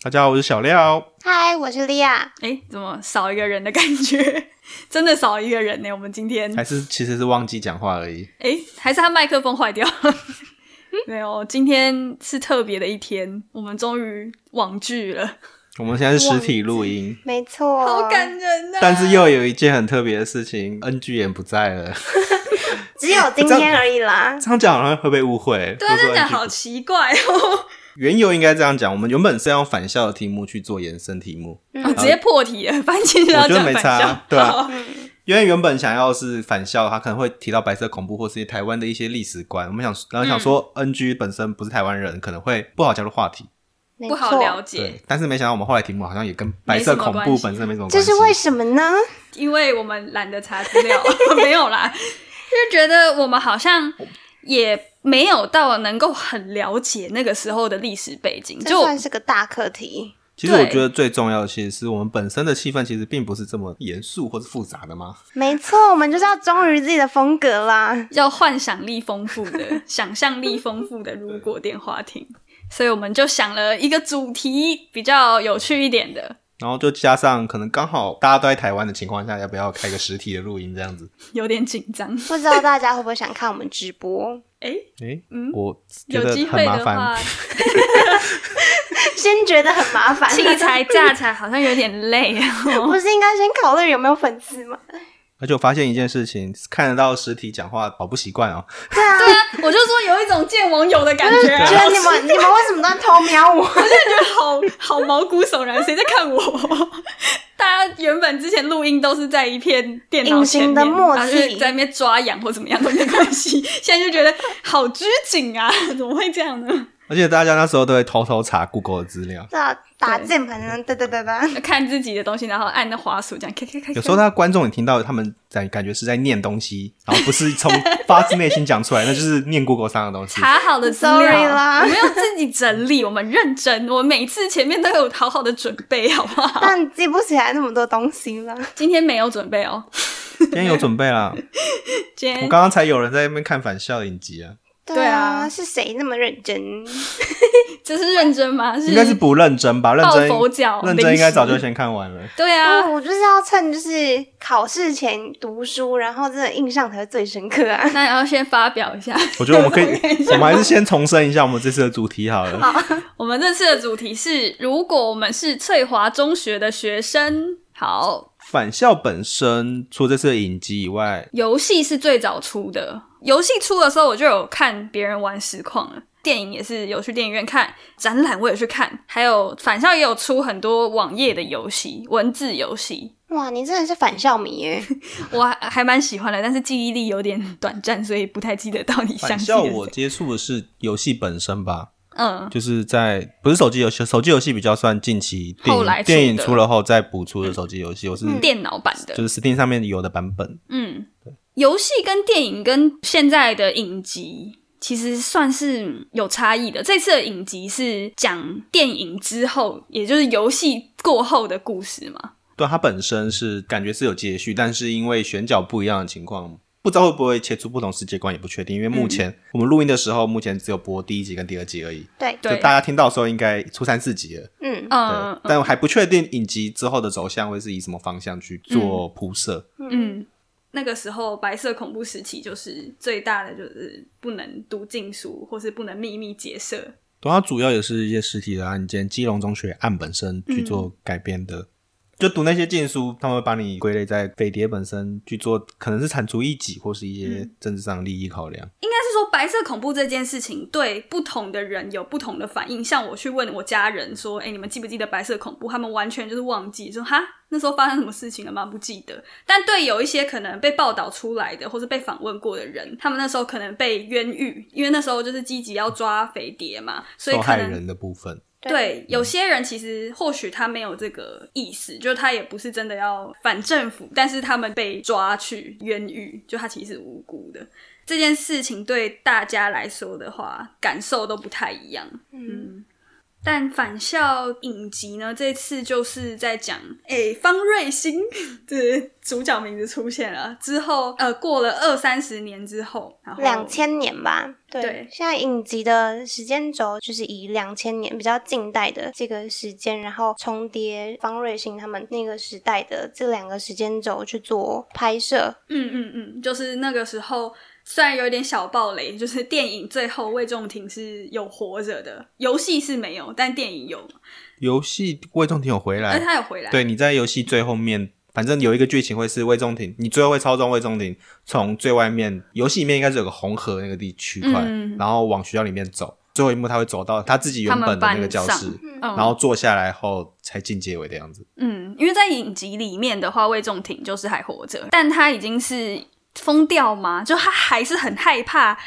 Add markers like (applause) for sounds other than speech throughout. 大家好，我是小廖。嗨，我是莉亚。哎，怎么少一个人的感觉？ (laughs) 真的少一个人呢？我们今天还是其实是忘记讲话而已。哎，还是他麦克风坏掉。 (laughs) 没有，今天是特别的一天，我们终于网聚了，我们现在是实体录音，没错，好感人啊呐、但是又有一件很特别的事情，NG 眼不在 (laughs) 了。只有今天而已啦。这样讲好像会被误会。对啊，都说那讲 NG 好奇怪 (laughs) 哦，缘由应该这样讲，我们原本是要用返校的题目去做延伸题目，我直接破题了，反正今天要我觉得讲没反差校，对啊好因为原本想要是返校，它可能会提到白色恐怖或是台湾的一些历史观。我们想，然后想说嗯 NG 本身不是台湾人，可能会不好加入话题。没不好错了解对，，但是没想到我们后来题目好像也跟白色恐没什么关怖系本身没什么关系。这是为什么呢？因为我们懒得查资料， (laughs) 没有啦，就是觉得我们好像也没有到能够很了解那个时候的历史背景，这就算是个大课题。其实我对觉得最重要的，其实是我们本身的气氛，其实并不是这么严肃或是复杂的嘛。没错，我们就是要忠于自己的风格啦。要幻想力丰富的、想象力丰富的如果电话亭，所以我们就想了一个主题比较有趣一点的，然后就加上可能刚好大家都在台湾的情况下，要不要开个实体的录音这样子？有点紧张。不知道大家会不会想看我们直播？诶，诶，嗯我觉有得机很会麻的话烦。，先觉得很麻烦，器材架材好像有点 (laughs) 累哦。不是应该先考虑有没有粉丝吗？而且我发现一件事情，看得到实体讲话好不习惯哦。对啊，我就说有一种见网友的感觉啊，觉得你们你们为什么在偷瞄 (laughs) 我？好好毛骨悚然，谁在看我？ (laughs) 大家原本之前录音都是在一片电脑隐前面，形的默契然后就是在那边抓痒或怎么样都没关系。现在就觉得好拘谨啊，怎么会这样呢？而且大家那时候都会偷偷查 Google 的资料，对啊，打键盘，哒哒哒哒。 (laughs) 看自己的东西，然后按那滑鼠，这样咔咔咔。有 (laughs) 时候他观众也听到他们在感觉是在念东西，然后不是从发自内心讲出来，那就是念 Google 上的 (laughs) 东西。查好的资料 Sorry 啦我没有自己整理，我们认真，我每次前面都有好好的准备，好不好？但记不起来那么多东西了。今天没有准备哦，今天有准 (laughs) 备啦，今我天刚刚才有人在那边看返校的影集啊，对啊是谁那么认真？这是认真吗？是应该是不认真吧？认真抱佛脚认真应该早就临时先看完了。对啊，哦，我就是要趁就是考试前读书，然后真的印象才会最深刻啊。那要先发表一下。我觉得我 (laughs) 们可以，我们还是先重申一下我们这次的主题好了。我们这次的主题是：如果我们是翠华中学的学生，好，返校本身除了这次的影集以外，游戏是最早出的。游戏出的时候，我就有看别人玩实况了。电影也是有去电影院看，展览我也去看，还有返校也有出很多网页的游戏、文字游戏， (laughs) 哇，你真的是返校迷耶！我还还蛮喜欢的。但是记忆力有点短暂，所以不太记得到底详返细的校是我接触的是游戏本身吧，嗯，就是在不是手机游戏，手机游戏比较算近期电后来出的影嗯电影出了后再补出的手机游戏，我是电脑版的，就是 Steam 上面有的版本。嗯，游戏跟电影跟现在的影集其实算是有差异的。这次的影集是讲电影之后，也就是游戏过后的故事嘛。对，它本身是感觉是有接续，但是因为选角不一样的情况，不知道会不会切出不同世界观，也不确定。因为嗯目前、我们录音的时候，目前只有播第一集跟第二集而已。对，对就大家听到的时候，应该出三四集了。嗯，嗯对，但我还不确定影集之后的走向会是以什么方向去做铺设。嗯，那个时候白色恐怖时期就是最大的就是不能读禁书，或是不能秘密结社。对，它主要也是一些实体的案件，基隆中学案本身嗯去做改编的。就读那些禁书，他们会把你归类在匪谍本身去做，可能是铲除异己或是一些嗯政治上的利益考量。应该是说白色恐怖这件事情对不同的人有不同的反应。像我去问我家人说：“哎、你们记不记得白色恐怖？”他们完全就是忘记，说：“哈，那时候发生什么事情了吗？不记得。”但对有一些可能被报道出来的，或是被访问过的人，他们那时候可能被冤狱，因为那时候就是积极要抓匪谍嘛，所以受可害能人的部分，对，有些人其实或许他没有这个意思，就他也不是真的要反政府，但是他们被抓去冤狱，就他其实是无辜的。这件事情对大家来说的话，感受都不太一样。嗯，但返校影集呢，这次就是在讲，诶、方瑞欣这主角名字出现了之后，呃，过了二三十年之后，然后两千年吧，对，对现在影集的时间轴就是以两千年比较近代的这个时间，然后重叠方瑞欣他们那个时代的这两个时间轴去做拍摄。嗯嗯嗯，就是那个时候虽然有点小暴雷，就是电影最后魏仲廷是有活着的，游戏是没有，但电影有，游戏魏仲廷有回而来，他有回来。哎对，你在游戏最后面，反正有一个剧情会是魏仲廷，你最后会操纵魏仲廷从最外面，游戏里面应该是有个红河那个地区块，嗯然后往学校里面走，最后一幕他会走到他自己原他们本的那个班教上室，嗯嗯，然后坐下来后才进结尾的样子。嗯，因为在影集里面的话，魏仲廷就是还活着，但他已经是疯掉嘛，就他还是很害怕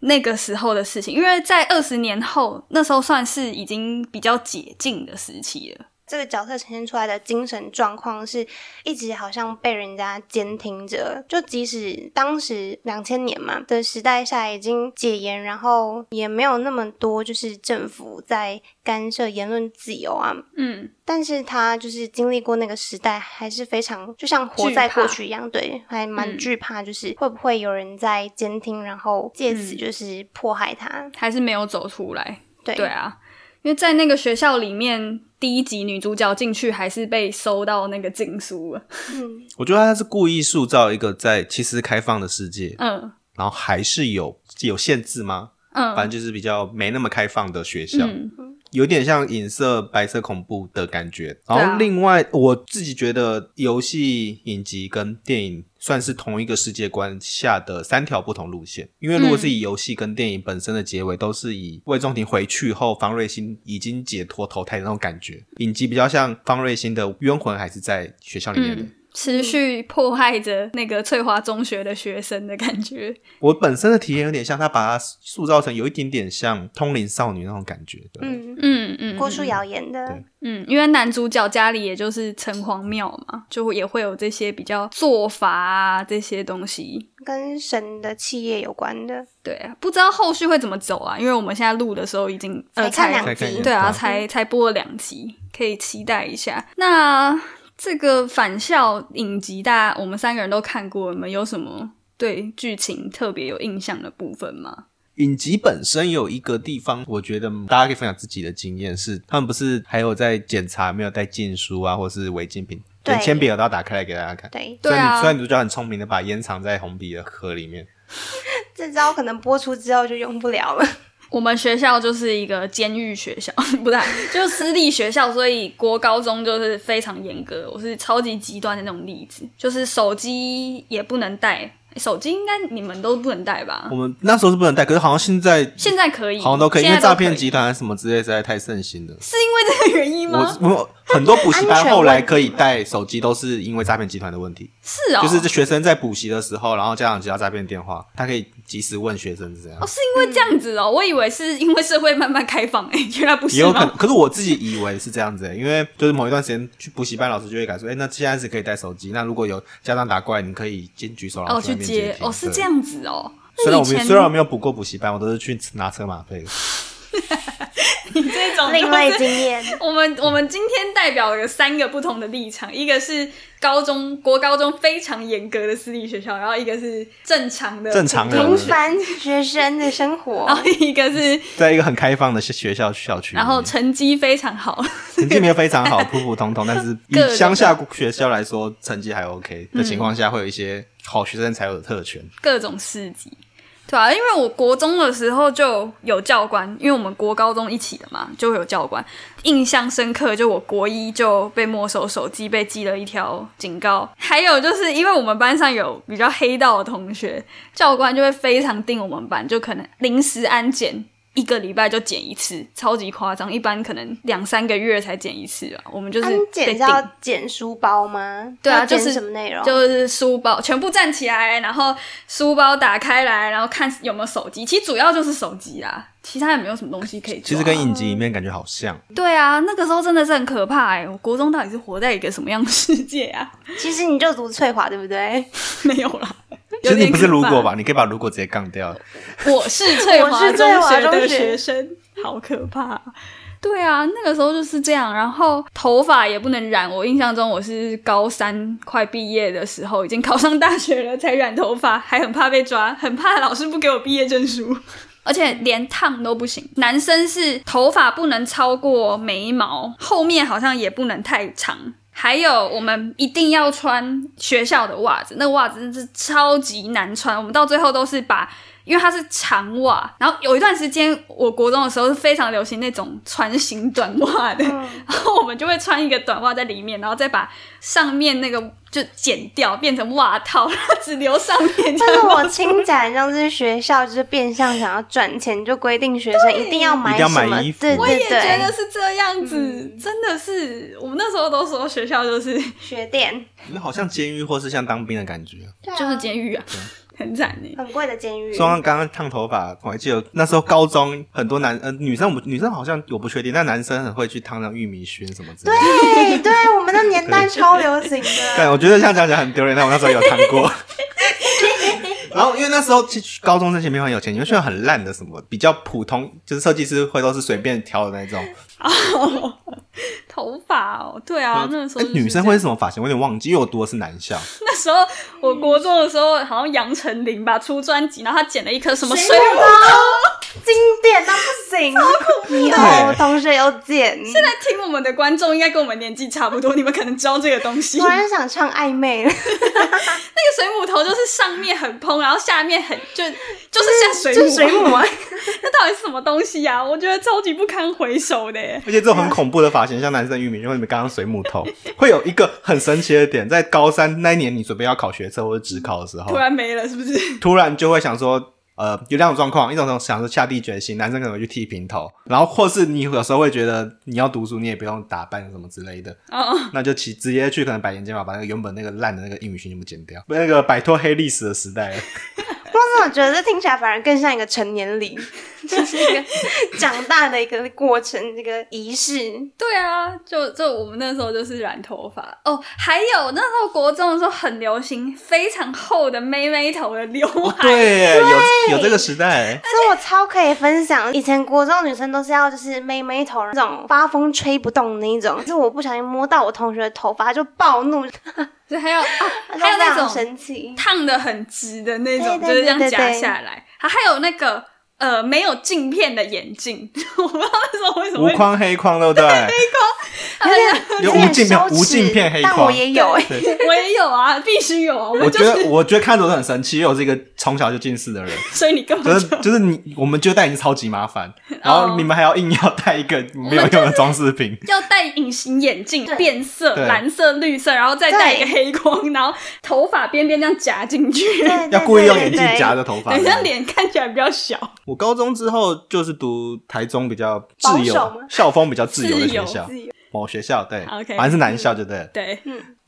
那个时候的事情，因为在二十年后，那时候算是已经比较解禁的时期了。这个角色呈现出来的精神状况是一直好像被人家监听着，就即使当时两千年嘛的时代下已经解严，然后也没有那么多就是政府在干涉言论自由啊，嗯，但是他就是经历过那个时代，还是非常就像活惧在怕过去一样，对，还蛮嗯惧怕，就是会不会有人在监听，然后借此嗯就是迫害他，还是没有走出来。对，对啊，因为在那个学校里面，第一集女主角进去还是被收到那个禁书了。嗯，我觉得他是故意塑造一个在其实开放的世界，嗯然后还是有有限制吗？嗯，反正就是比较没那么开放的学校，嗯有点像影射白色恐怖的感觉。啊然后另外，我自己觉得游戏影集跟电影算是同一个世界观下的三条不同路线，因为如果是嗯以游戏跟电影本身的结尾，都是以魏仲廷回去后，方瑞欣已经解脱投胎的那种感觉。影集比较像方瑞欣的冤魂还是在学校里面的。嗯，持续迫害着那个翠华中学的学生的感觉。我本身的体验有点像他把它塑造成有一点点像通灵少女那种感觉的。嗯，嗯嗯，郭书嗯瑶演的对，嗯，因为男主角家里也就是城隍庙嘛，就也会有这些比较做法啊这些东西。跟神的企业有关的，对啊，不知道后续会怎么走啊，因为我们现在录的时候已经呃才看才两才看集一对啊，嗯才才播了两集，可以期待一下。那这个返校影集，大家我们三个人都看过，你们有什么对剧情特别有印象的部分吗？影集本身有一个地方，我觉得大家可以分享自己的经验是，他们不是还有在检查有没有带禁书啊，或是违禁品，对连铅笔盒都要打开来给大家看。对，对啊虽然女虽然女主角很聪明的把烟藏在红笔的壳里面，这招可能播出之后就用不了 (laughs) 了，我们学校就是一个监狱学校， (laughs) 不是啊，就是私立学校，所以国高中就是非常严格。我是超级极端的那种例子，就是手机也不能带，手机应该你们都不能带吧我？们那时候是不能带，可是好像现在现在可以，好像都可以，因现为在诈都可以 (laughs) 骗集团什么之类实在太盛行了。是因为这个原因吗我？我很多补习安班全后来问题可以带手机，都是因为诈骗集团的问题，是哦，就是这学生在补习的时候，然后家长接到诈骗电话，他可以及时问学生是这样哦，。是因为这样子哦，我以为是因为社会慢慢开放、欸， (laughs) 原来不嗯也是有可能，吗？可是我自己以为是这样子、欸，因为就是某一段时间去补习班，老师就会改说，哎、那现在是可以带手机，那如果有家长打过来，你可以先举手，然后哦，去那边接，听哦，是对这样子哦。虽然那我以前们虽然我没有补过补习班，我都是去拿车马费的。你 (laughs) 这种另类经验。 (laughs) 我们我们今天代表了三个不同的立场，一个是高中国高中非常严格的私立学校，然后一个是正常的正常人平普通学凡学生的生然活后，一个是在一个很开放的学校校区里面，然后成绩非常好，成绩没有非常好，普 (laughs) 普通通，但是个人的以乡下学校来说，成绩还 OK 的情况下，会有一些好学生才有的特权。各种市集，对啊，因为我国中的时候就有教官，因为我们国高中一起的嘛，就有教官。印象深刻，就我国一就被没收手机，被记了一条警告。还有就是因为我们班上有比较黑道的同学，教官就会非常盯我们班，就可能临时安检。一个礼拜就检一次，超级夸张，一般可能两三个月才检一次吧。我们就是他们被检是定要检书包吗？对啊，要就检是什么内容？就是书包全部站起来，然后书包打开来，然后看有没有手机。其实主要就是手机啦，其他也没有什么东西可以抓。其实跟影集里面感觉好像，对啊，那个时候真的是很可怕哎、我国中到底是活在一个什么样的世界啊？ (laughs) 其实你就读翠华，对不对？没有啦，其实你不是如果果？吧，你可以把如果直接杠掉。 (laughs) 我是翠我华是翠中华学中的学学生，好可怕。对啊，那个时候就是这样，然后头发也不能染。我印象中我是高三快毕业的时候，已经考上大学了才染头发，还很怕被抓，很怕老师不给我毕业证书，而且连烫都不行。男生是头发不能超过眉毛，后面好像也不能太长。还有，我们一定要穿学校的袜子，那个袜子真是超级难穿。我们到最后都是把因为它是长袜，然后有一段时间，我国中的时候是非常流行那种船型短袜的，然后我们就会穿一个短袜在里面，然后再把上面那个就剪掉，变成袜套，然后只留上 (laughs) 面这但是样。我听起来像是学校就是变相想要赚钱，就规定学生一定要买一定要什买么，衣服对我也对觉得对，是这样子，真的是我们那时候都说学校就是学店那好像监狱或是像当兵的感觉。就是监狱啊， (laughs) 很惨 (laughs) 呢、很贵的监狱。说到刚刚烫头发，我还记得那时候高中很多男呃女生，我们女生好像我不确定，但男生很会去烫那种玉米须什么之类啊的。对对，我们那年代超流行的。对，我觉得这样讲起来很丢脸，但我那时候有烫 (laughs) 过。然后因为那时候其实高中生前面很有钱，你会选很烂的什么比较普通，就是设计师会都是随便挑的那种。头发哦，对啊，那时候哎就是女生这样会是什么发型？我有点忘记，因为我读的是男校。那时候我国中的时候，好像杨丞琳吧出专辑，然后她剪了一颗什么水果果刀，经典到不行，以后我同学有剪。现在听我们的观众应该跟我们年纪差不多，你们可能知道这个东 (laughs) 西。突那个然想唱暧昧了，水母头就是上面很蓬，然后下面很 (laughs) 就就是像水就母，是水母啊， (laughs) 那到底是什么东西呀、我觉得超级不堪回首的欸耶。而且这种很恐怖的发型，像男生玉米，因为你们刚刚水母头，会有一个很神奇的点，在高三那一年你准备要考学测或者职考的时候突，然没了，是不是？突然就会想说，呃，有两种状况，一种想说下定决心，男生可能会去剃平头，然后或是你有时候会觉得你要读书，你也不用打扮什么之类的， (laughs) 哦，那就起直接去可能白眼睫毛，把那个原本那个烂的那个玉米须全部剪掉，那个摆脱黑历史的时代了。我怎么觉得这听起来反而更像一个成年 (laughs) 礼，就是一个长大的一个过程，这个仪式。对啊，就就我们那时候就是染头发哦，还有那时候国中的时候很流行非常厚的妹妹头的刘海，(laughs) (laughs) 对耶，有有这个时代，这我超可以分享。以前国中女生都是要就是妹妹头那种发风吹不动那一种，就是我不小心摸到我同学的头发就暴怒，对还有啊，她还有非那常种生气。烫的很直的那种，对对就是这样对对夹对下来。它还有那个呃没有镜片的眼镜， (laughs) 我不知道那时候为什么无会框黑框对不对？有点有点无镜片羞耻无镜片黑框但我也有哎、我也有啊，必须有啊，我我们觉就是得我觉得看着我都很生气，因为我是一个从小就近视的人。所以你根就本是就。就是你，我们就戴已经超级麻烦，然后你们还要硬要戴一个没有用的装饰品，要戴隐形眼镜对变色，对蓝色、绿色，然后再戴一个黑框，然后头发边边这样夹进去，对对对要故意用眼镜夹对着头发。等一下脸看起来比较小。我高中之后就是读台中比较保守自由吗、校风比较自由的自由学校自由，某学校对 OK 反正是男校就对了。对，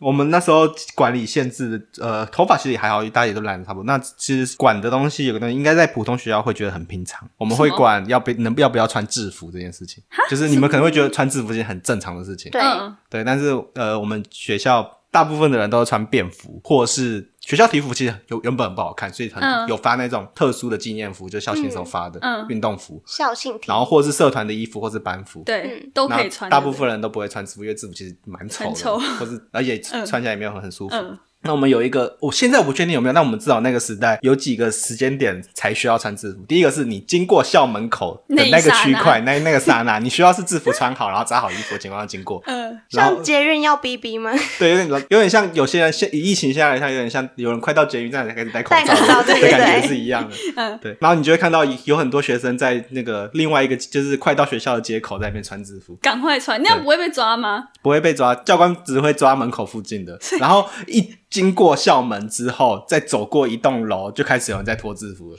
我们那时候管理限制，呃，头发其实也还好，大家也都染的差不多。那其实管的东西，有个东西应该在普通学校会觉得很平常，我们会什么管要不能不要不要穿制服这件事情，就是你们可能会觉得穿制服是件很正常的事情。对嗯，对，但是呃，我们学校大部分的人都是穿便服，或是学校体育服，其实有原本很不好看，所以很、嗯有发那种特殊的纪念服，就校庆时候发的、嗯嗯运动服，校庆体然后或是社团的衣服，或是班服。对，嗯都那可以穿。大部分人都不会穿制服，因为制服其实蛮丑的，很丑或是而且 (laughs) 嗯穿起来也没有很很舒服。嗯那我们有一个，我现在我不确定有没有，但我们至少那个时代有几个时间点才需要穿制服。第一个是你经过校门口的那一那个刹区那 (laughs) 块，那那个刹那，你需要是制服穿好，然后扎好衣服的情况下经过。嗯，然后像捷运要 BB (laughs) 吗？对，有点有点像有些人现以疫情下来，像有点像有人快到捷运站才开始戴口戴口罩的对对感觉对是一 (laughs) 样的。嗯对，然后你就会看到有很多学生在那个另外一个就是快到学校的街口在那边穿制服，赶快穿，那样对不会被抓吗？不会被抓，教官只会抓门口附近的。然后一经过校门之后，再走过一栋楼，就开始有人在脱制服了。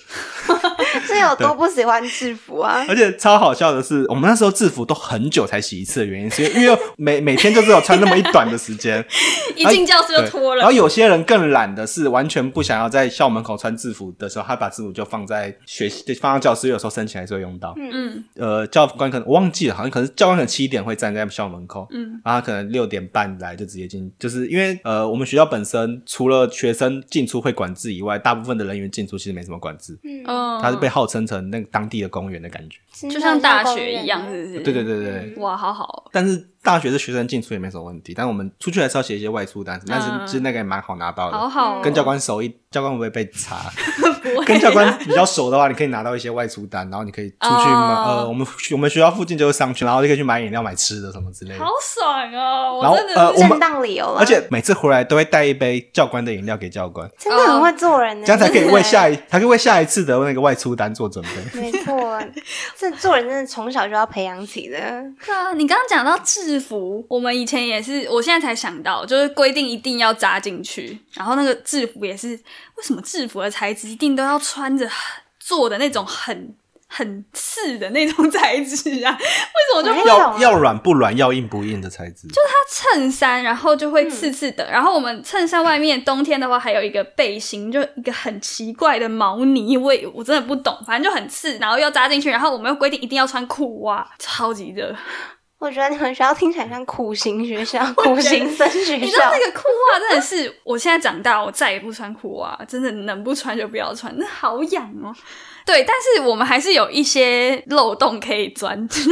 是有多不喜欢制服啊？而且超好笑的是，我们那时候制服都很久才洗一次的原因，是因为因为每每天就只有穿那么一短的时间，一进教室就脱了哎对然后。有些人更懒的是，完全不想要在校门口穿制服的时候，他把制服就放在学习，就放到教室，有时候升旗还是会用到。嗯呃，教官可能我忘记了，好像可能教官可能七点会站在校门口，嗯然后他可能六点半来就直接进，就是因为呃，我们学校本身除了学生进出会管制以外，大部分的人员进出其实没什么管制，嗯，哦，它是被号称成那个当地的公园的感觉。真的就像大公学园一样，的是不是？对对对对。哇，好好哦，但是大学的学生进出也没什么问题，但我们出去还是要写一些外出单子，但是其实那个也蛮好拿到的。嗯好好哦，哦跟教官熟一，教官会不会被查？不会跟教啦官比较熟的话，你可以拿到一些外出单，然后你可以出去买。哦呃，我们我们学校附近就有商圈，然后就可以去买饮料、买吃的什么之类的好。爽哦！然我后真的呃我是们正当理由啊，而且每次回来都会带一杯教官的饮料给教官，真的很会做人欸呢，这样才可以为下一。一，才可以为下一次的那个外出单做准备。没错，啊这做人真的从小就要培养起的。对啊，你刚刚讲到制服，我们以前也是，我现在才想到，就是规定一定要扎进去，然后那个制服也是，为什么制服的材质一定都要穿着做的那种很很刺的那种 (laughs) 材质啊？为什么就没有要啊要软不软，要硬不硬的材质。衬衫，然后就会刺刺的。然后我们衬衫外面冬天的话，还有一个背心，就一个很奇怪的毛呢，我也我真的不懂，反正就很刺，然后又扎进去，然后我们又规定一定要穿裤袜，超级热。我觉得你们学校听起来像苦行学 (laughs) 校、苦行僧学你知道校，那个裤袜真的是，我现在长大，我再也不穿裤袜，真的能不穿就不要穿，那好痒哦。对，但是我们还是有一些漏洞可以钻。就是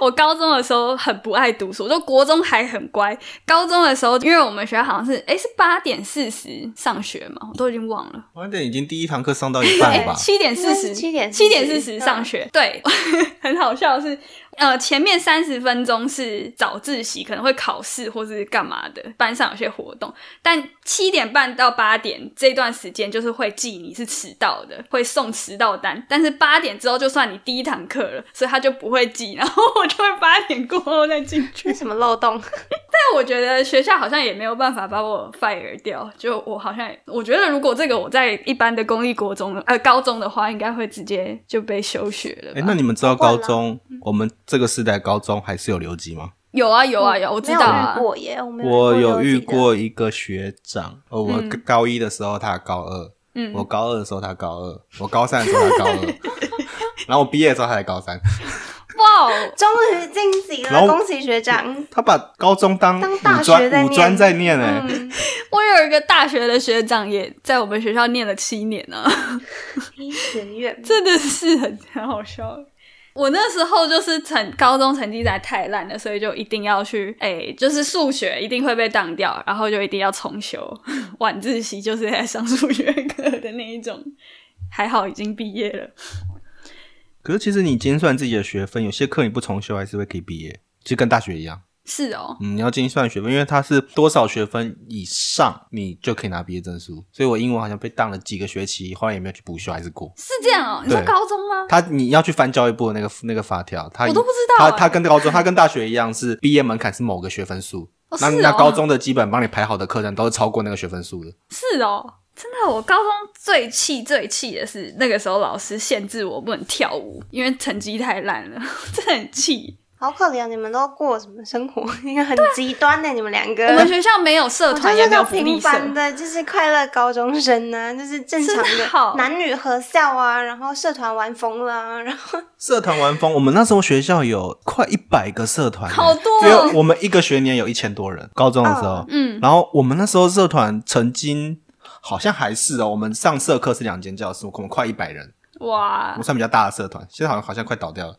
我高中的时候很不爱读书，我就国中还很乖，高中的时候，因为我们学校好像是哎是八点四十上学嘛，我都已经忘了。我点已经第一堂课上到一半了吧？哎七点四十， 7:40七点四十嗯上学。对， (laughs) 很好笑的是，呃，前面三十分钟是早自习，可能会考试或是干嘛的，班上有些活动。但七点半到八点这段时间，就是会记你是迟到的，会送迟到单。但是八点之后就算你第一堂课了，所以他就不会记，然后我就会八点过后再进去那。什么漏洞？但 (laughs) 我觉得学校好像也没有办法把我 fire 掉，就我好像我觉得如果这个我在一般的公立国中呃高中的话，应该会直接就被休学了吧。哎、那你们知道高不会啦中，我们这个时代高中还是有留级吗？有啊有啊有，我知道没啊有遇。过耶，我没我有有遇过留级过一个学长，呃，我嗯高一的时候他高二，嗯我高二的时候他高二，我高三的时候他高二， (laughs) 然后我毕业的时候他才高三。哇哦的，终于晋级然了，后恭喜学长！他把高中当当大五学在专念五专在念哎、嗯， (laughs) 我有一个大学的学长也在我们学校念了七年呢、啊，医学院真的是很很好笑。我那时候就是成高中成绩实在太烂了，所以就一定要去，哎、就是数学一定会被当掉，然后就一定要重修， (laughs) 晚自习就是在上数学课的那一种。还好已经毕业了，可是其实你精算自己的学分，有些课你不重修还是会可以毕业，其实跟大学一样。是哦，嗯，你要精算学分，因为它是多少学分以上你就可以拿毕业证书。所以我英文好像被当了几个学期，后来也没有去补修，还是过。是这样哦。你说嗯对高中吗？他你要去翻教育部的那个那个法条，他我都不知道他哎他跟高中他跟大学一样是毕业门槛是某个学分数。哦那是哦那高中的基本帮你排好的课程都是超过那个学分数的，是哦，真的，我高中最气最气的是那个时候老师限制我不能跳舞，因为成绩太烂了， (laughs) 真的很气。好可怜，你们都过什么生活？ (laughs) 应该很极端呢，你们两个。我们学校没有社我就团，是也没有个福利平社，凡的，就是快乐高中生呢、就是正常真的好的男女合校啊，然后社团玩疯了、啊， (laughs) 然后社团玩疯，我们那时候学校有快一百个社团欸，好多因哦为我们一个学年有一千多人，高中的时候，嗯然后我们那时候社团曾经好像还是哦，我们上社课是两间教室，我们快一百人，我哇们，算比较大的社团，现在好像好像快倒 (laughs) 掉了，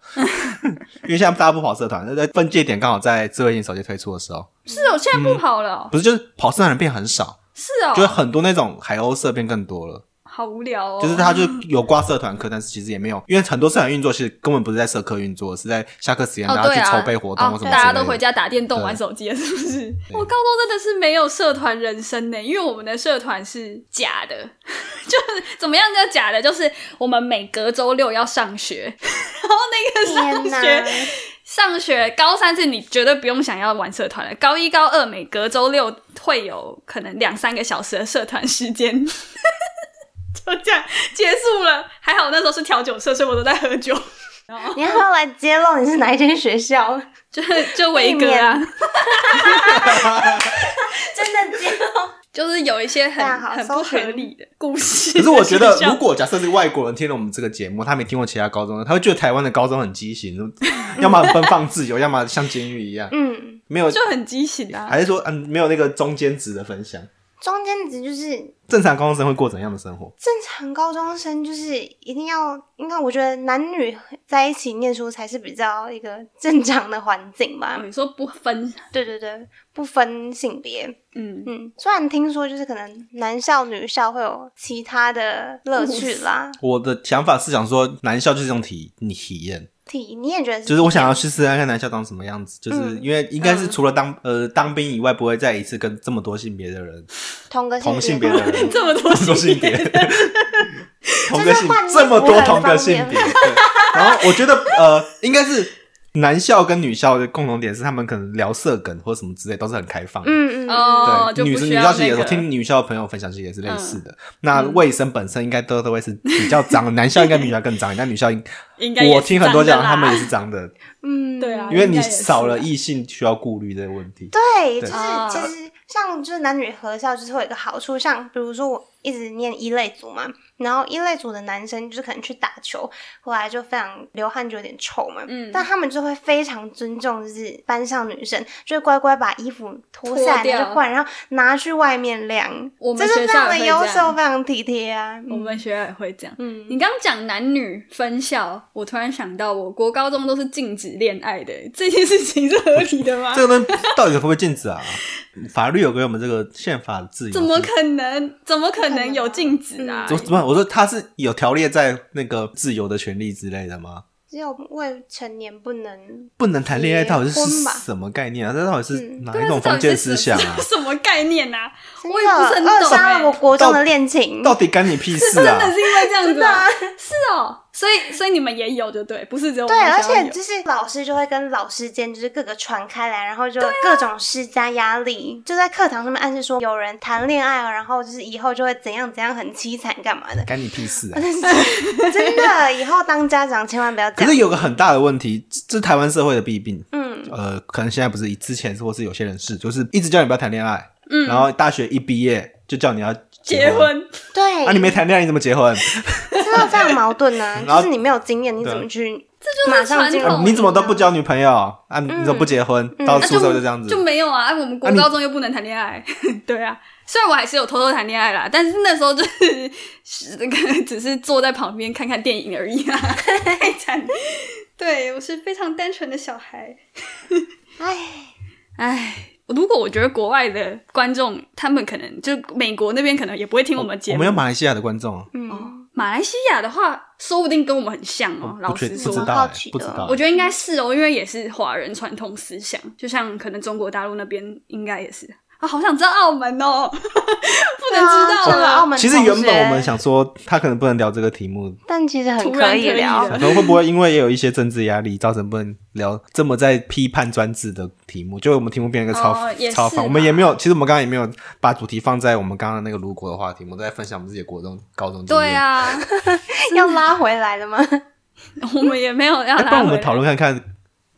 因为现在大家不跑社团，那在分界点刚好在智慧型手机推出的时候，是哦，现在不跑了哦、不是就是跑社团的人变很少，是哦，嗯就是很多那种海鸥社变更多了，好无聊哦，就是他就有挂社团课，但是其实也没有，因为很多社团运作其实根本不是在社课运作，是在下课时间哦大家对去啊，筹备活动或哦什么之类的。大家都回家打电动、对玩手机了，是不是？对我高中真的是没有社团人生呢，因为我们的社团是假的， (laughs) 就是怎么样叫假的，就是我们每隔周六要上学，然后那个天上哪，学。上学高三是你绝对不用想要玩社团了，高一高二每隔周六会有可能两三个小时的社团时间， (laughs) 就这样结束了。还好我那时候是调酒社，所以我都在喝酒。 (laughs) 然后你要不要来揭露你是哪一间学校？就是就维格啊，真的揭露？就是有一些很大家好很搜不合寻理的故事。可是我觉在得学，校如果假设是外国人听了我们这个节目，他没听过其他高中的，他会觉得台湾的高中很畸形， (laughs) 要么很奔放自由，要么像监狱一样，嗯，没有，就很畸形啊。还是说嗯没有那个中间值的分享。中间值就是正常高中生会过怎样的生活？正常高中生，就是一定要，应该我觉得男女在一起念书才是比较一个正常的环境吧。你说不分，对对对，不分性别。嗯，嗯，虽然听说就是可能男校女校会有其他的嗯乐趣啦，我的想法是想说，男校就是一种体你体验，体你也觉得就是我嗯想要去试看看男校长什么样子，就是嗯因为应该是嗯除了当呃当兵以外，不会再一次跟这么多性别的人，同个同性性别的的人这么多 (laughs) 这么多性性别别，，同个性换衣服这么多同个性别。对然后我觉得呃，应该是男校跟女校的共同点是，他们可能聊色梗或什么之类都是很开放 (laughs) 的。嗯嗯嗯，哦，就对，女不生需女要校其实也那个嗯是，我听女校的朋友分享，其实也是类似的。那卫生本身应该都都会是比较 (laughs) 脏，的，男校应该比女校更脏，但女校应 (laughs) 应该也是我听很多脏的讲，啦他们也是脏的，嗯对啊因为你应该也是少了啦异性需要顾虑这个问题。对，就对是啊其实像就是男女合校，就是会有一个好处，像比如说我一直念一类组嘛，然后一类组的男生就是可能去打球，后来就非常流汗就有点臭嘛，嗯但他们就会非常尊重就是班上女生，就会乖乖把衣服脱脱下来然后就掉换，然后拿去外面晾，我们这是学非校常的也会优这样秀，非常体贴啊，我嗯们学校也会这样。嗯你刚刚讲男女分校，我突然想到，我国高中都是禁止恋爱的，这件事情是合理的吗？这个东西到底会不会禁止啊？ (laughs) 法律有给我们这个宪法的自由。怎么可能？怎么可不可能能啊有禁止啊？怎么怎么？我说他是有条列在那个自由的权利之类的吗？只有未成年不能不能谈恋爱到底是结婚吧什么概念啊？这到底是嗯哪对啊一种这到封底建是思想啊 (laughs) 什？什么概念啊？真我也不是很的扼懂杀欸了我国中到的恋情。到底干你屁是事真啊？ (laughs) 的是因为这样子啊？是哦，所以所以你们也有就对，不是只有我对，们而学校且有就是老师就会跟老师间就是各个传开来，然后就啊各种施加压力，就在课堂上面暗示说有人谈恋爱啊，然后就是以后就会怎样怎样很凄惨干嘛 (laughs)。的干你 (laughs) 屁事啊！真的，以后当家长千万不要这可样。是有个很大的问题，这这是台湾社会的弊病。嗯，呃，可能现在不是，之前或是有些人是，就是一直叫你不要谈恋爱，嗯然后大学一毕业就叫你要结婚，婚，对，啊，你没谈恋爱你怎么结婚？真的非常矛盾呢、 (laughs) 然后就是你没有经验，你怎么去马上进入传统啊婚姻呢？你怎么都不交女朋友啊？你怎么不结婚？到嗯那出社会就这样子就，没有啊。啊我们国啊你高中又不能谈恋爱， (laughs) 对啊。虽然我还是有偷偷谈恋爱啦，但是那时候就是 (laughs) 是那个只是坐在旁边看看电影而已啊， (laughs) 太惨。对我是非常单纯的小孩。哎，唉，如果我觉得国外的观众，他们可能就美国那边可能也不会听我们哦节我目。们有马来西亚的观众啊，嗯，马来西亚的话，说不定跟我们很像哦。不老确实不说，知我道好欸奇不知的道我欸。觉得应该是哦，因为也是华人传统思想，就像可能中国大陆那边应该也是啊，好想知道澳门哦， (laughs) 不能知道对啊真的澳了。门其同学。实原本我们想说，他可能不能聊这个题目，但其实很突然可以可以聊了。可能会不会因为也有一些政治压力，造成不能聊这么在批判专制的题目？就我们题目变成一个超、哦也是超反，啦我们也没有，其实我们刚刚也没有把主题放在我们刚刚那个如果的话题，我们在分享我们自己的国中、高中。对，啊， (laughs) (laughs) 要拉回来了吗？我们也没有要哎、不拉然我回们来讨论看看。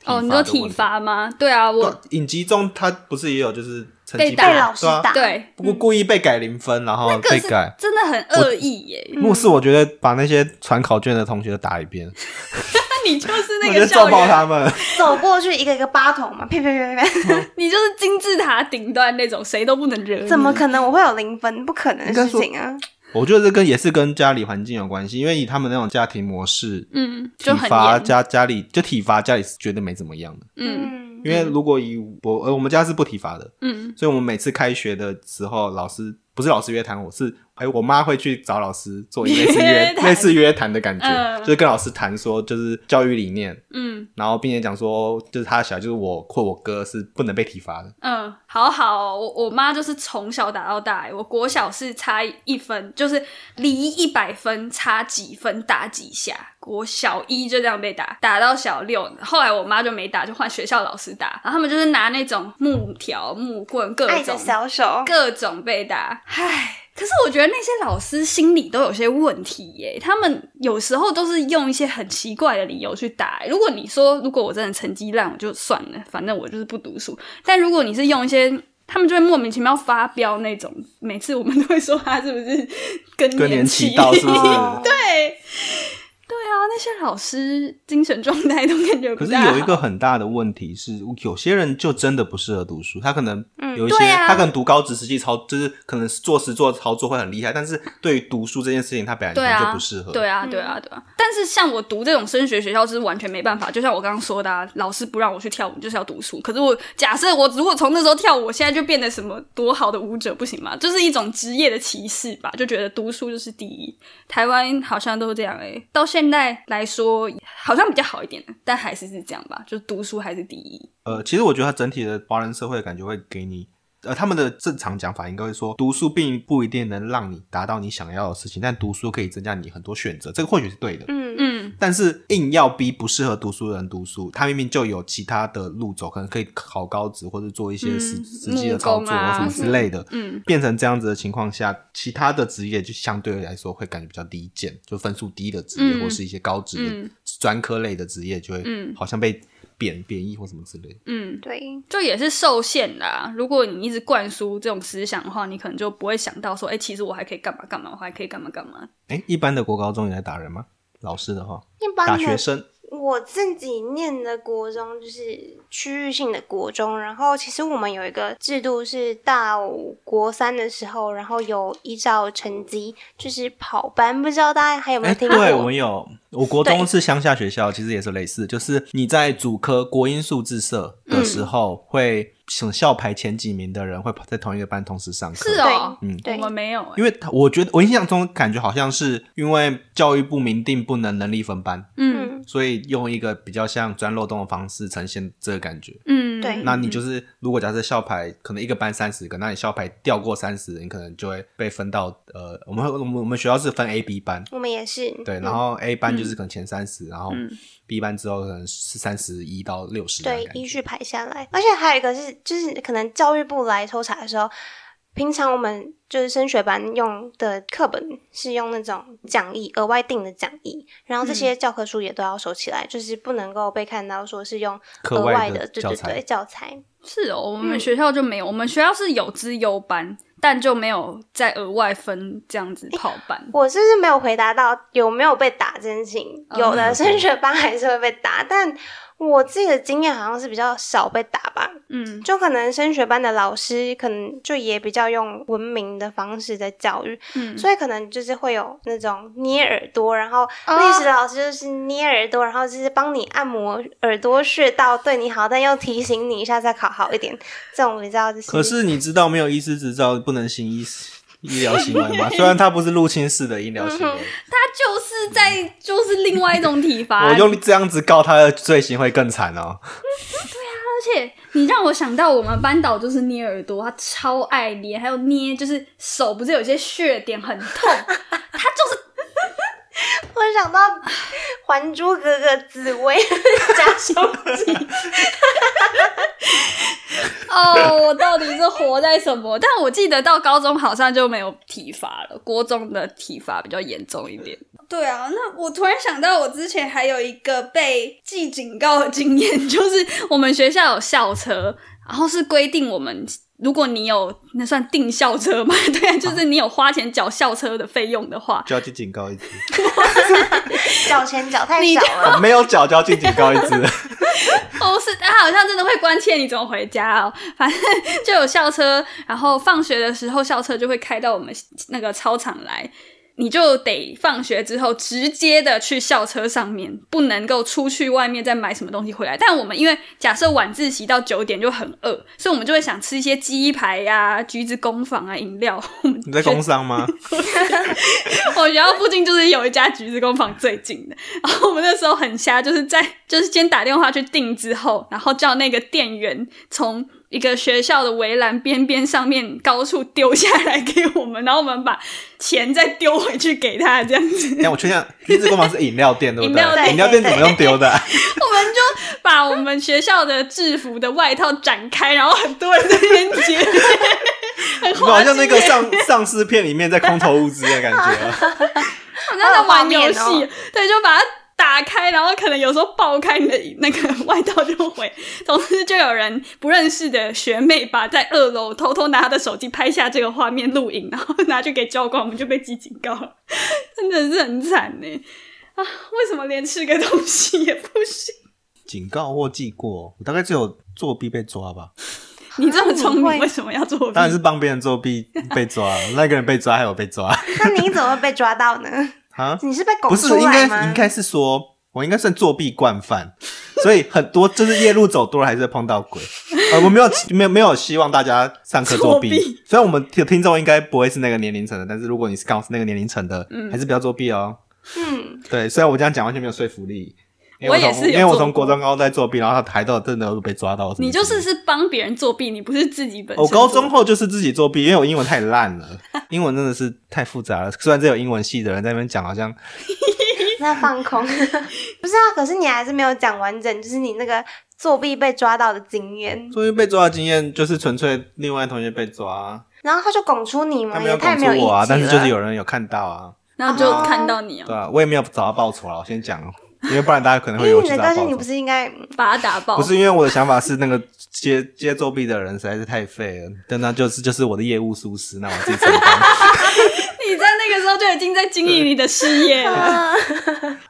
哦，你说体体罚罚吗？对啊，的问我题？对影集中他不是也有就是成被绩打不被好老师对啊打，对，不过故意被改零分，然后被是嗯改。真的很恶意耶。目视我觉得把那些传考卷的同学打一遍，那 (laughs) 你就是我那觉个得揍校爆园，他们。 (laughs) (laughs) 走过去一个一个八筒嘛，呸呸呸呸呸，你就是金字塔顶端那种，谁都不能惹你。怎么可能我会有零分？不可能的应该事说情啊！我觉得这跟也是跟家里环境有关系，因为以他们那种家庭模式，嗯，体就很罚严。家家里就体罚家里是绝对没怎么样的，嗯因为如果以我呃我们家是不体罚的，嗯所以我们每次开学的时候，老师不是老师约谈我，是哎、我妈会去找老师做一类似 (laughs) 约约谈类似约谈的感觉，嗯就是跟老师谈说就是教育理念，嗯然后并且讲说哦就是他的小孩就是我或我哥是不能被体罚的，嗯，好好哦，我我妈就是从小打到大欸，我国小是差一分，就是离一百分差几分打几下。国小一就这样被打，打到小六，后来我妈就没打，就换学校老师打，然后他们就是拿那种木条、木棍各爱的种小手，各种被打，唉。可是我觉得那些老师心里都有些问题耶，他们有时候都是用一些很奇怪的理由去打。如果你说如果我真的成绩烂，我就算了，反正我就是不读书。但如果你是用一些，他们就会莫名其妙发飙那种，每次我们都会说他是不是更更年年 (laughs) 期到是不是？哦对，对啊，那些老师精神状态都感觉可不是大有一个好很大的问题是，有些人就真的不适合读书，他可能嗯有一些，对啊他可能读高职实际操，就是可能做实做操作会很厉害，但是对于读书这件事情，他本来可对啊能就不适合。对啊，对啊，对啊。但是像我读这种升学学校，就是完全没办法。就像我刚刚说的、啊，老师不让我去跳舞，就是要读书。可是我假设我如果从那时候跳舞，我现在就变得什么多好的舞者不行吗？就是一种职业的歧视吧，就觉得读书就是第一。台湾好像都是这样诶、到现在来说好像比较好一点，但还是是这样吧，就是读书还是第一。呃，其实我觉得他整体的华人社会的感觉会给你，呃，他们的正常讲法应该会说，读书并不一定能让你达到你想要的事情，但读书可以增加你很多选择，这个或许是对的。嗯，嗯，但是硬要逼不适合读书的人读书，他明明就有其他的路走，可能可以考高职或者做一些实嗯实际的操木作工啊什么之类的。嗯嗯变成这样子的情况下，其他的职业就相对来说会感觉比较低贱，就分数低的职业、嗯或是一些高职嗯的专科类的职业，就会嗯好像被贬贬义或什么之类的。嗯，对，就也是受限啦、如果你一直灌输这种思想的话，你可能就不会想到说，哎、其实我还可以干嘛干嘛，我还可以干嘛干嘛。哎、一般的国高中也在打人吗？老师的话，一打般学的生我自己念的国中就是区域性的国中，然后其实我们有一个制度是到国三的时候，然后有依照成绩就是跑班，不知道大家还有没哎，有听过？对，我们有，我国中对是乡下学校，其实也是类似，就是你在主科国英数自社的嗯时候，会省校排前几名的人会在同一个班同时上课。是哦，嗯对我们没有、欸，因为他我觉得我印象中感觉好像是因为教育部明定不能能力分班，嗯嗯，所以用一个比较像钻漏洞的方式呈现这个感觉。嗯，对那你就是，如果假设校排可能一个班三十个，那你校排掉过三十，你可能就会被分到呃，我们会我们我们学校是分 A、B 班，我们也是对，嗯然后 A 班就是可能前三十、然后嗯 B 班之后可能是三十一到六十，对依序排下来，而且还有一个是，就是可能教育部来抽查的时候，平常我们就是升学班用的课本是用那种讲义，额外定的讲义，然后这嗯些教科书也都要收起来，就是不能够被看到说是用课额外外的对教对材对教材，是哦，我们嗯学校就没有，我们学校是有资优班，但就没有再额外分这样子跑班。我是不是没有回答到有没有被打这件事情？哦有的嗯 OK 升学班还是会被打，但我自己的经验好像是比较少被打吧，嗯就可能升学班的老师可能就也比较用文明的方式在教育，嗯，所以可能就是会有那种捏耳朵，然后历史的老师就是捏耳朵，然后就是帮你按摩耳朵穴道，对你好，但又提醒你一下再考好一点。这种比较就是，可是你知道没有医师执照不能行医医疗行为 (laughs) 吗？虽然它不是入侵式的医疗行为，他就是在就是另外一种体罚。 (laughs) 啊我用这样子告他的罪行会更惨哦。而且你让我想到我们班导就是捏耳朵，他超爱捏，还有捏就是手不是有些血点很痛，他就是我想到《还珠格格》紫薇加修 (laughs) 己，哦，我到底是活在什么？但我记得到高中好像就没有体罚了，国中的体罚比较严重一点。对啊，那我突然想到，我之前还有一个被记警告的经验，就是我们学校有校车，然后是规定我们。如果你有那算订校车吗？ (laughs) 对啊，就是你有花钱缴校车的费用的话，就要去警告一只，脚钱脚太你少了。 (laughs) 没有脚就要去警告一只。哦，是，他好像真的会关切你怎么回家哦。 (laughs) 反正就有校车，然后放学的时候校车就会开到我们那个操场来。你就得放学之后直接的去校车上面，不能够出去外面再买什么东西回来。但我们因为假设晚自习到九点就很饿，所以我们就会想吃一些鸡排呀、橘子工坊啊、饮料。我们你在工商吗？ (laughs) 我学校附近就是有一家橘子工坊最近的，然后我们那时候很瞎，就是在就是先打电话去订之后，然后叫那个店员从一个学校的围栏边边上面高处丢下来给我们，然后我们把钱再丢回去给他，这样子。哎但我确认，橘子工坊是饮料店，对不对？饮料店饮料店怎么用丢的啊？我们就把我们学校的制服的外套展开，然后很多人在那边接，很你们好滑稽像那个耶丧丧尸片里面在空投物资的 (laughs) 感觉。啊好像在玩游戏，好有画面哦对，就把它打开，然后可能有时候爆开你的那个外套就会，总之就有人不认识的学妹吧，在二楼偷偷拿她的手机拍下这个画面录影，然后拿去给教官，我们就被记警告了， (laughs) 真的是很惨呢。啊，为什么连吃个东西也不行？ (laughs) 警告或记过，我大概只有作弊被抓吧。你这么你聪明，会为什么要作弊？ (laughs) 当然是帮别人作弊被抓，那个人被抓还有被抓 (laughs) 那你怎么被抓到呢？啊？你是被拱不是，出应来该吗？应该是说，我应该算作弊惯犯，所以很多就是夜路走多了还是会碰 (laughs) 到鬼。呃，我没有没有没有希望大家上课作弊，作弊虽然我们听听众应该不会是那个年龄层的，但是如果你是刚好是那个年龄层的，嗯还是不要作弊哦。嗯，对，虽然我这样讲完全没有说服力。因我为也我是从有因为我做从过国中、高中在作弊，然后他抬到真的有被抓到什么之类的。你就是是帮别人作弊，你不是自己本身我作弊。高中后就是自己作弊，因为我英文太烂了，英文真的是太复杂了。虽然这有英文系的人在那边讲，好像那放空 (laughs) 不是啊？可是你还是没有讲完整，就是你那个作弊被抓到的经验，作为被抓的经验就是纯粹另外同学被抓，然后他就拱出你他嘛，没也有太拱没有义住气我啊了。，但是就是有人有看到啊，然后就看到你对啊，啊，我也没有找他报仇啊了，我先讲，因为不然大家可能因会以为为我哎你的去找个他性，你报不嗯仇。是应 (laughs) 该把他打爆。不是因为我的想法是那个接接作弊的人实在是太废了，但那就是就是我的业务疏失，那我自己承担。你在那个时候就已经在经营你的事业 (laughs) 了。啊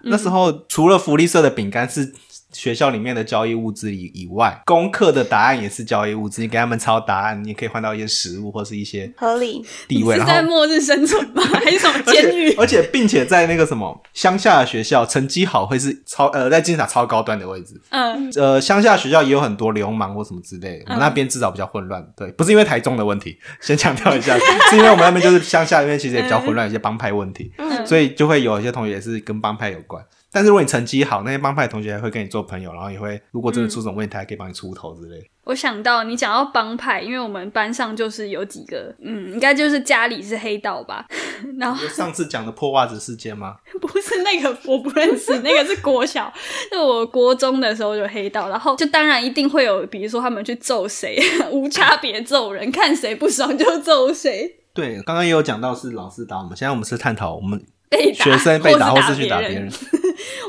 那时候除了福利社的饼干是学校里面的交易物资以以外，功课的答案也是交易物资，你给他们抄答案，你也可以换到一些食物或是一些合理？地你位，是然在后。末日生存吗？ (laughs) 还是什么而监且狱？而且，并且在那个什么乡下的学校，成绩好会是超呃，在金字塔超高端的位置。嗯，呃，乡下学校也有很多流氓或什么之类，我们那边至少比较混乱。对，不是因为台中的问题，先强调一下，是因为我们那边就是乡下，因为其实也比较混乱，有些帮派问题。嗯所以就会有一些同学也是跟帮派有关。但是如果你成绩好，那些帮派同学会跟你做朋友，然后也会如果真的出什么问题，他还可以帮你出头之类的。我想到你讲到帮派，因为我们班上就是有几个，嗯，应该就是家里是黑道吧， (laughs) 然后就上次讲的破袜子事件吗？不是那个我不认识，那个是国小，就我国中的时候有黑道，然后就当然一定会有，比如说他们去揍谁， (laughs) 无差别揍人，看谁不爽就揍谁，对，刚刚也有讲到是老师打我们，现在我们是探讨我们被打学生被打或或是是去打别人。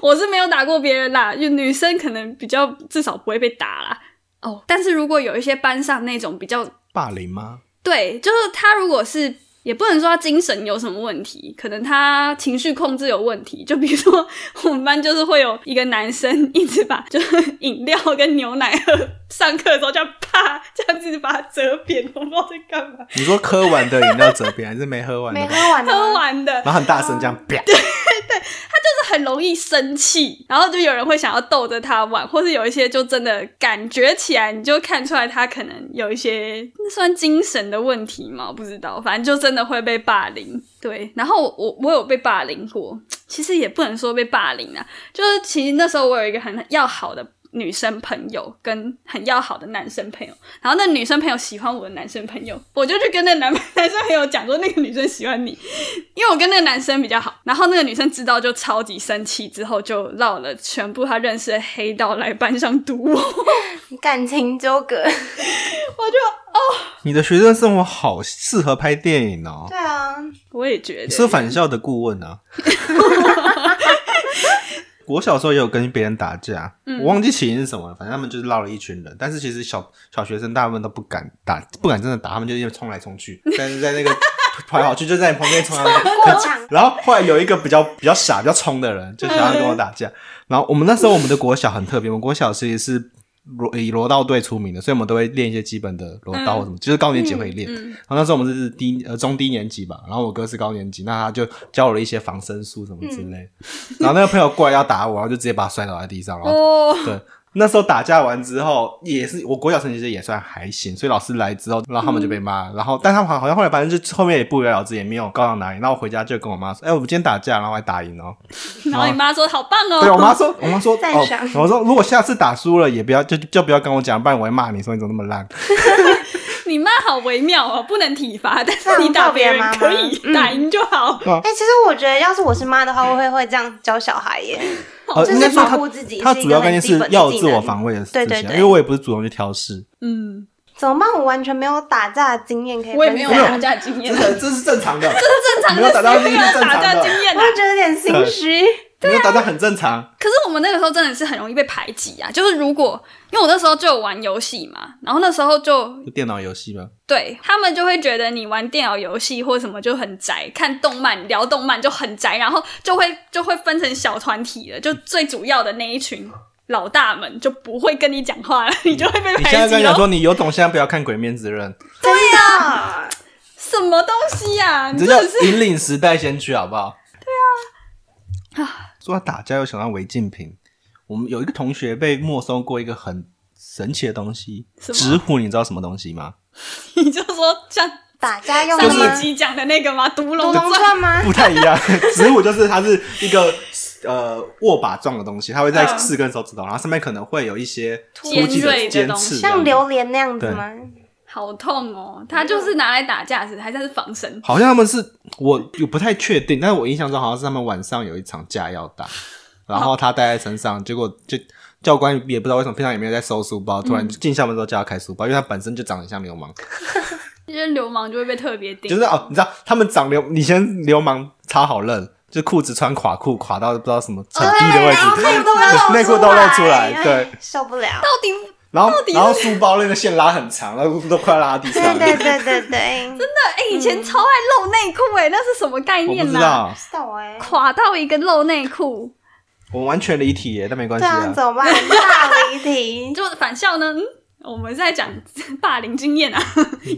我是没有打过别人啦，就女生可能比较至少不会被打啦。哦，但是如果有一些班上那种比较霸凌吗？对，就是他如果是也不能说他精神有什么问题，可能他情绪控制有问题。就比如说 (laughs) 我们班就是会有一个男生一直把就是 (laughs) 饮料跟牛奶喝，上课的时候就啪这样子把它折扁，我不知道在干嘛，你说喝完的饮料折别人，还是没喝完的没喝吧？完的啊吗喝完的。然后很大声这样 (laughs) 啪，很容易生气，然后就有人会想要逗着他玩，或是有一些就真的感觉起来，你就看出来他可能有一些那算精神的问题嘛，我不知道，反正就真的会被霸凌。对，然后我我有被霸凌过， (laughs) 其实也不能说被霸凌啊，就是其实那时候我有一个很要好的女生朋友跟很要好的男生朋友，然后那女生朋友喜欢我的男生朋友，我就去跟那男 (laughs) 男生朋友讲说那个女生喜欢你，因为我跟那个男生比较好，然后那个女生知道就超级生气，之后就绕了全部她认识的黑道来班上堵我，我就 (laughs) 感情纠葛。你的学生生活好适合拍电影哦。对啊，我也觉你是得返校的顾问啊。我小时候也有跟别人打架，我忘记起因是什么了，反正他们就是闹了一群人。但是其实小小学生大部分都不敢打，不敢真的打，他们就因为冲来冲去，但是在那个跑来跑去，就在你旁边冲来冲去。 (laughs) 然后后来有一个比较比 (laughs) 较傻、比较冲的人，就想要跟我打架。然后我们那时候我们的国小很特别，我们国小其实是罗以罗道队出名的，所以我们都会练一些基本的罗道或什么，就是高年级会练。嗯然后那时候我们是低呃中低年级吧，然后我哥是高年级，那他就教我了一些防身术什么嗯之类。然后那个朋友过来要打我，然后就直接把他摔倒在地上，然后哦，对，那时候打架完之后，也是我国小成绩其实也算还行，所以老师来之后，然后他们嗯就被骂，然后但他们好像后来反正就后面也不了了之，也没有告到哪里。然后我回家就跟我妈说：“哎、我们今天打架，然后还打赢哦。然后你妈说好棒哦，对我妈说，我妈说赞哦赏，我说如果下次打输了也不要就就不要跟我讲，不然我会骂你说你怎么那么烂。你妈好微妙哦，不能体罚，但是你打让别别人人妈妈可以打赢就好。哎、其实我觉得，要是我是妈的话，我会会这样教小孩耶。呃，哦就是应该说保他护自己他是一主个要很概念基是本的要有技自我能防卫的事情对啊，对对因为我也不是主动去挑事。嗯，怎么办？我完全没有打架的经验可以分享，我也没有打架经验这，是这是正 (laughs) 常的，这是正常的，没有打到力没是有正打常架的经，验我啊。觉得有点心虚。没有打到很正常。可是我们那个时候真的是很容易被排挤啊，就是如果因为我那时候就有玩游戏嘛，然后那时候就就电脑游戏吧，对他们就会觉得你玩电脑游戏或什么就很宅，看动漫聊动漫就很宅，然后就会就会分成小团体了，就最主要的那一群老大们就不会跟你讲话了，你就会被 (laughs) 你现在排跟挤我讲咯。说你有种，现在不要看《鬼面之刃》， (laughs) 对啊呀，什么东西呀、你你 (laughs) 这真叫的是引领时代先驱，好不好？对啊，说到打架，又想到违禁品。我们有一个同学被没收过一个很神奇的东西，什么纸虎，你知道什么东西吗？ (laughs) 你就说像打架用的上吗一？集讲的那个吗？独独龙龙钻。钻吗？不太一 (laughs) 样，纸虎就是它是一个呃握把状的东西，它会在嗯四根手指头，然后上面可能会有一些凸尖起锐的尖东刺西这样像子，榴莲那样子吗？好痛哦！它就是拿来打架子，还是它是防身？好像他们是我我不太确定，但是我印象中好像是他们晚上有一场架要打，然后他带在身上，结果就教官也不知道为什么平常也没有在收书包，突然进校门之后叫他开书包，因为他本身就长得像流氓，这些流氓就会被特别盯， (laughs) 就是哦，你知道他们长流，以前流氓超好认。就裤子穿垮裤，垮到不知道什么很低 (laughs) 的位置，啊对然后内内裤裤都都露露出出来 (laughs) 来，对，受不了。到底真然后底是然后书包那个线拉很长，然后都快拉地上对 (laughs) 了。对啊对对对，真的哎、以前超爱露内裤哎，那是什么概嗯我念不知啦、道，道哎，啊垮到一个露内裤，我完全离题耶，但没关这系样啊。怎么办？大离题你。就返校呢？嗯，我们是在讲霸凌经 (laughs) 验啊，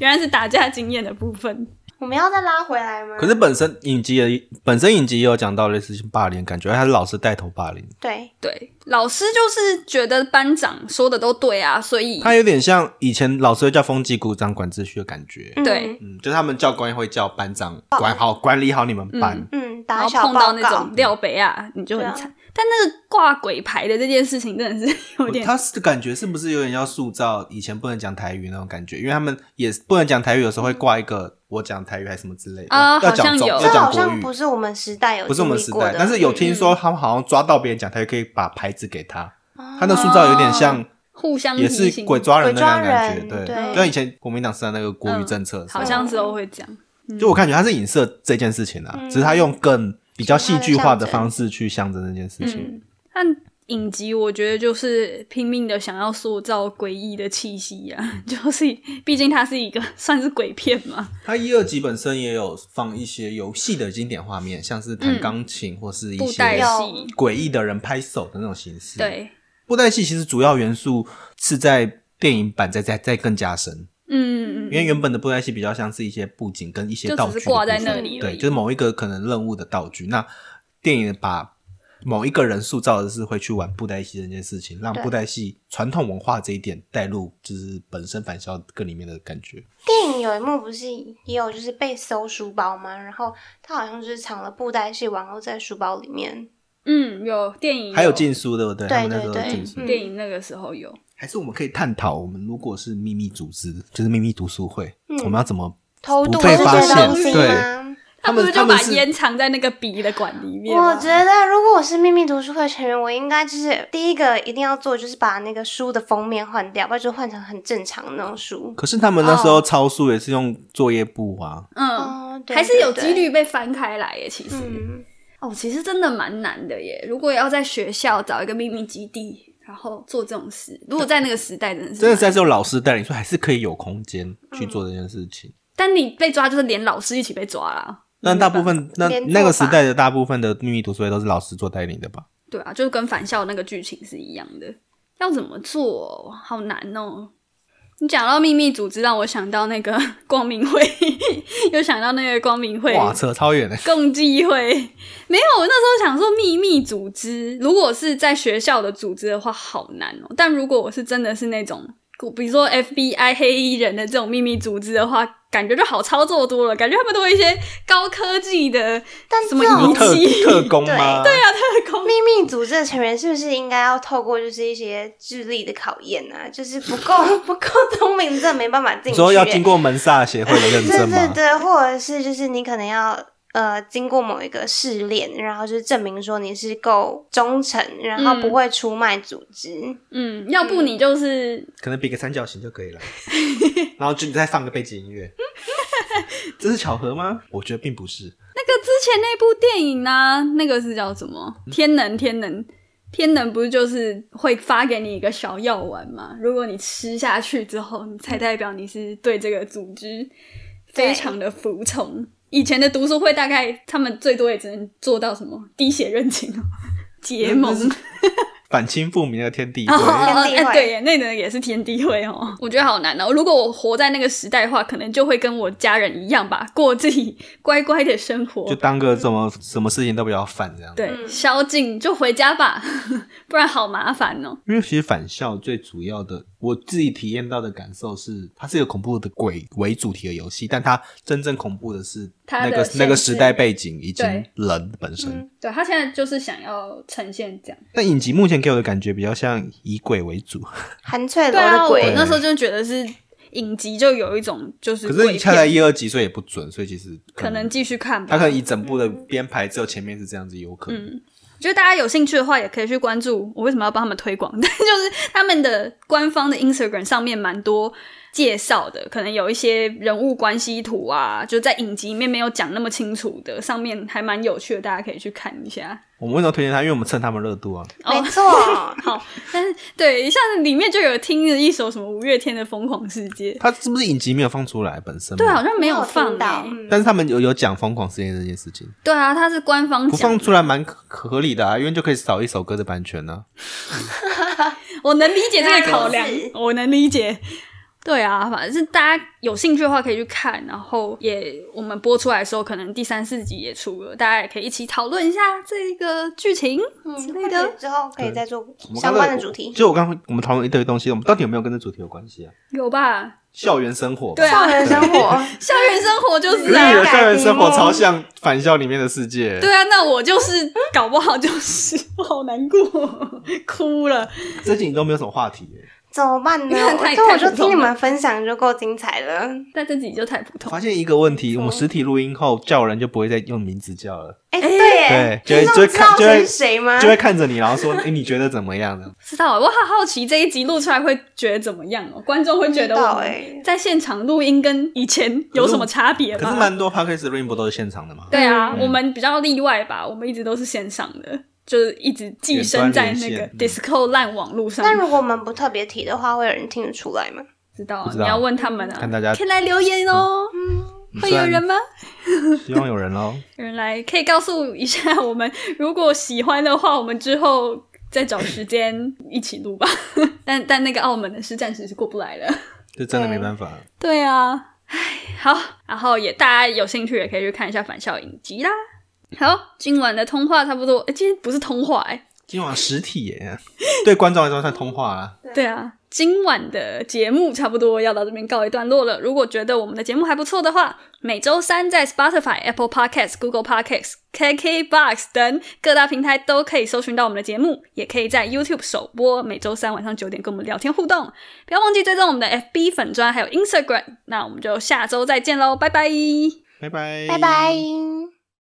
原来是打架经验的部分。我们要再拉回来吗？可是本身影集也本身影集也有讲到类似性霸凌，感觉他是老师带头霸凌，对，对，老师就是觉得班长说的都对啊，所以他有点像以前老师会叫风纪股长管秩序的感觉。嗯哦对，嗯，就是他们教官会叫班长管好管理好你们班，嗯，然打后小碰报到那告种，廖北啊，你就对很啊惨。但那个挂鬼牌的这件事情真的是有点他是感觉是不是有点要塑造以前不能讲台语那种感觉？因为他们也不能讲台语，有时候会挂一个我讲台语还是什么之类的，啊要好像讲中有要这讲好国像语，不是我们时代有不是我们经历时过代，的但是有听说他们好像抓到别人讲台语，可以把牌子给他。啊他的塑造有点像，互相也提是醒，鬼抓人的那种感觉，鬼抓人对，对就像以前国民党是在那个国语嗯政策的时候，好像时候会这样。就我感觉他是影射这件事情啊，嗯只是他用更比较戏剧化其他的的象征方式去象征这件事情。嗯，但影集我觉得就是拼命的想要塑造诡异的气息啊， (laughs) 就是毕竟它是一个算是鬼片嘛，他一二集本身也有放一些游戏的经典画面，像是弹钢琴或是一嗯布袋些戏，诡异的人拍手的那种形式。，对，布袋戏其实主要元素是在电影版再再再更加深，嗯，嗯因为原本的布袋戏比较像是一些布景跟一些就道具只的是挂在部分那里而对，已就是某一个可能任务的道具。那电影把某一个人塑造的是会去玩布袋戏这件事情，让对布袋戏传统文化这一点带入，就是本身返校更里面的感觉。电影有一幕不是也有就是被搜书包吗？然后他好像就是藏了布袋戏玩偶在书包里面。嗯，有电影，还有禁书，对不对？对他们那时候对对禁书，嗯电影那个时候有，还是我们可以探讨，我们如果是秘密组织，就是秘密读书会，嗯我们要怎么？偷渡不这被些发现东西对吗？他们不是他就们把是烟藏在那个笔的管里面吗？我觉得如果我是秘密读书会成员，我应该就是第一个一定要做，就是把那个书的封面换掉，不然就换成很正常的那种书。可是他们那时哦候抄书也是用作业簿啊，嗯。哦，对还是有对几对率被翻开来耶，其实、嗯，哦，其实真的蛮难的耶。如果要在学校找一个秘密基地，然后做这种事，如果在那个时代，真的是真的蛮是在只有老师带领，所以还是可以有空间去嗯做这件事情。但你被抓就是连老师一起被抓啦。那大部分那连坐那个时法代的大部分的秘密读书会都是老师做带领的吧？对啊，就是跟返校那个剧情是一样的。要怎么做？好难哦。你讲到秘密组织，让我想到那个 (laughs) 光明会，又想到那个光明会哇，扯超远的。欸共济会。没有，我那时候想说秘密组织，如果是在学校的组织的话，好难哦。但如果我是真的是那种，比如说 FBI 黑衣人的这种秘密组织的话，感觉就好操作多了。感觉他们都有一些高科技的 (laughs) 但什么这种仪特器、特工吗？对啊，特工秘密组织的成员是不是应该要透过就是一些智力的考验啊？就是不 (laughs) 够不够聪明，真的没办法进你去。说要经过门萨协会的认对证对吗？对，或者是就是你可能要呃经过某一个试炼，然后就是证明说你是够忠诚，然后不会出卖组织。嗯，要不你就是可能比个三角形就可以了。 (laughs) 然后就你再放个背景音乐， (laughs) 这是巧合吗？我觉得并不是。那个之前那部电影呢、那个是叫什么？天能，天能，天能不是就是会发给你一个小药丸吗？如果你吃下去之后，你才代表你是对这个组织非常的服从。以前的读书会大概他们最多也只能做到什么滴血认亲哦， (laughs) 结盟。 (laughs) 反清复明的天 (laughs) 地，哦对哦，天地哎会对耶，那个也是天地会哦。我觉得好难哦。如果我活在那个时代的话，可能就会跟我家人一样吧，过自己乖乖的生活。就当个什么什么事情都不要犯这样。，对，嗯宵禁就回家吧， (laughs) 不然好麻烦哦。因为其实返校最主要的，我自己体验到的感受是，它是一个恐怖的鬼为主题的游戏，但它真正恐怖的是它那的个限制那个时代背景以及对人本身。嗯对他现在就是想要呈现这样。但影集目前给我的感觉比较像以鬼为主，韩翠对楼啊，的我鬼，那时候就觉得是影集就有一种就是可鬼是下来片一二集，所以也不准，所以其实可能继续看吧。他可能以整部的编排只有前面是这样子，有可能。嗯我觉得大家有兴趣的话，也可以去关注我为什么要帮他们推广， (laughs) 但就是他们的官方的 Instagram 上面蛮多介绍的，可能有一些人物关系图啊，就在影集里面没有讲那么清楚的，上面还蛮有趣的，大家可以去看一下。我们为什么推荐他？因为我们蹭他们热度啊。哦。没错 (laughs) 好，但是对，像里面就有听了一首什么五月天的《疯狂世界》，他是不是影集没有放出来本身？对，啊好。像没有有放、听到欸，，嗯但是他们有有讲疯狂实验这件事情，对啊，它是官方不讲放的，出来蛮可合理的啊，因为就可以少一首歌的版权啊呢、我能理解这个考量原来如，此我能理解。对啊，反正是大家有兴趣的话可以去看，然后也我们播出来的时候，可能第三四集也出了，大家也可以一起讨论一下这个剧情。嗯之类的或许之后可以再做我们相刚关才的主题。就我刚刚我们讨论一堆东西，我们到底有没有跟这主题有关系啊？有吧？校园生活吧，对啊校园生活，校园生活就是因为啊你嗯的校园生活改题目超像返校里面的世界，对啊，那我就是搞不好就是， (laughs) 我好难过， (laughs) 哭了。最近都没有什么话题耶、 (laughs) 怎么办呢？因为 (laughs) 太就太我就普通听你了们分享就够精彩了。但这集就太普通发。现一个问题，我们实体录音后叫人就不会再用名字叫了，哎，对耶，对听就众会知道就会谁是谁吗？就会看着你，然后说：“哎、你觉得怎么样呢知道，我好好奇这一集录出来会觉得怎么样哦？观众会觉得不知道我欸在现场录音跟以前有什么差？”别可是吗？蛮多 podcast 录音不都是现场的吗？对啊，嗯我们比较例外吧，我们一直都是线上的，就是一直寄生在那远个端连嗯 Disco 烂网络上。但如果我们不特别提的话，会有人听得出来吗？知道不啊，知你道要问他们啊，看大家嗯可以来留言哦。会有人吗？希望有人喽。有人来可以告诉一下我们，如果喜欢的话，我们之后再找时间一起录吧。 (laughs) 但但那个澳门的是暂时是过不来了。这真的没办法。对啊，唉，好，然后也大家有兴趣也可以去看一下返校影集啦。好，今晚的通话差不多，诶今天不是通话哎、今晚实体耶，对观众来说算通话啦。对啊，今晚的节目差不多要到这边告一段落了。如果觉得我们的节目还不错的话，每周三在 Spotify、Apple Podcasts、Google Podcasts、KKBox 等各大平台都可以搜寻到我们的节目，也可以在 YouTube 首播，每周三晚上九点跟我们聊天互动。不要忘记追踪我们的 FB 粉砖还有 Instagram。那我们就下周再见喽，拜拜。拜拜，拜拜。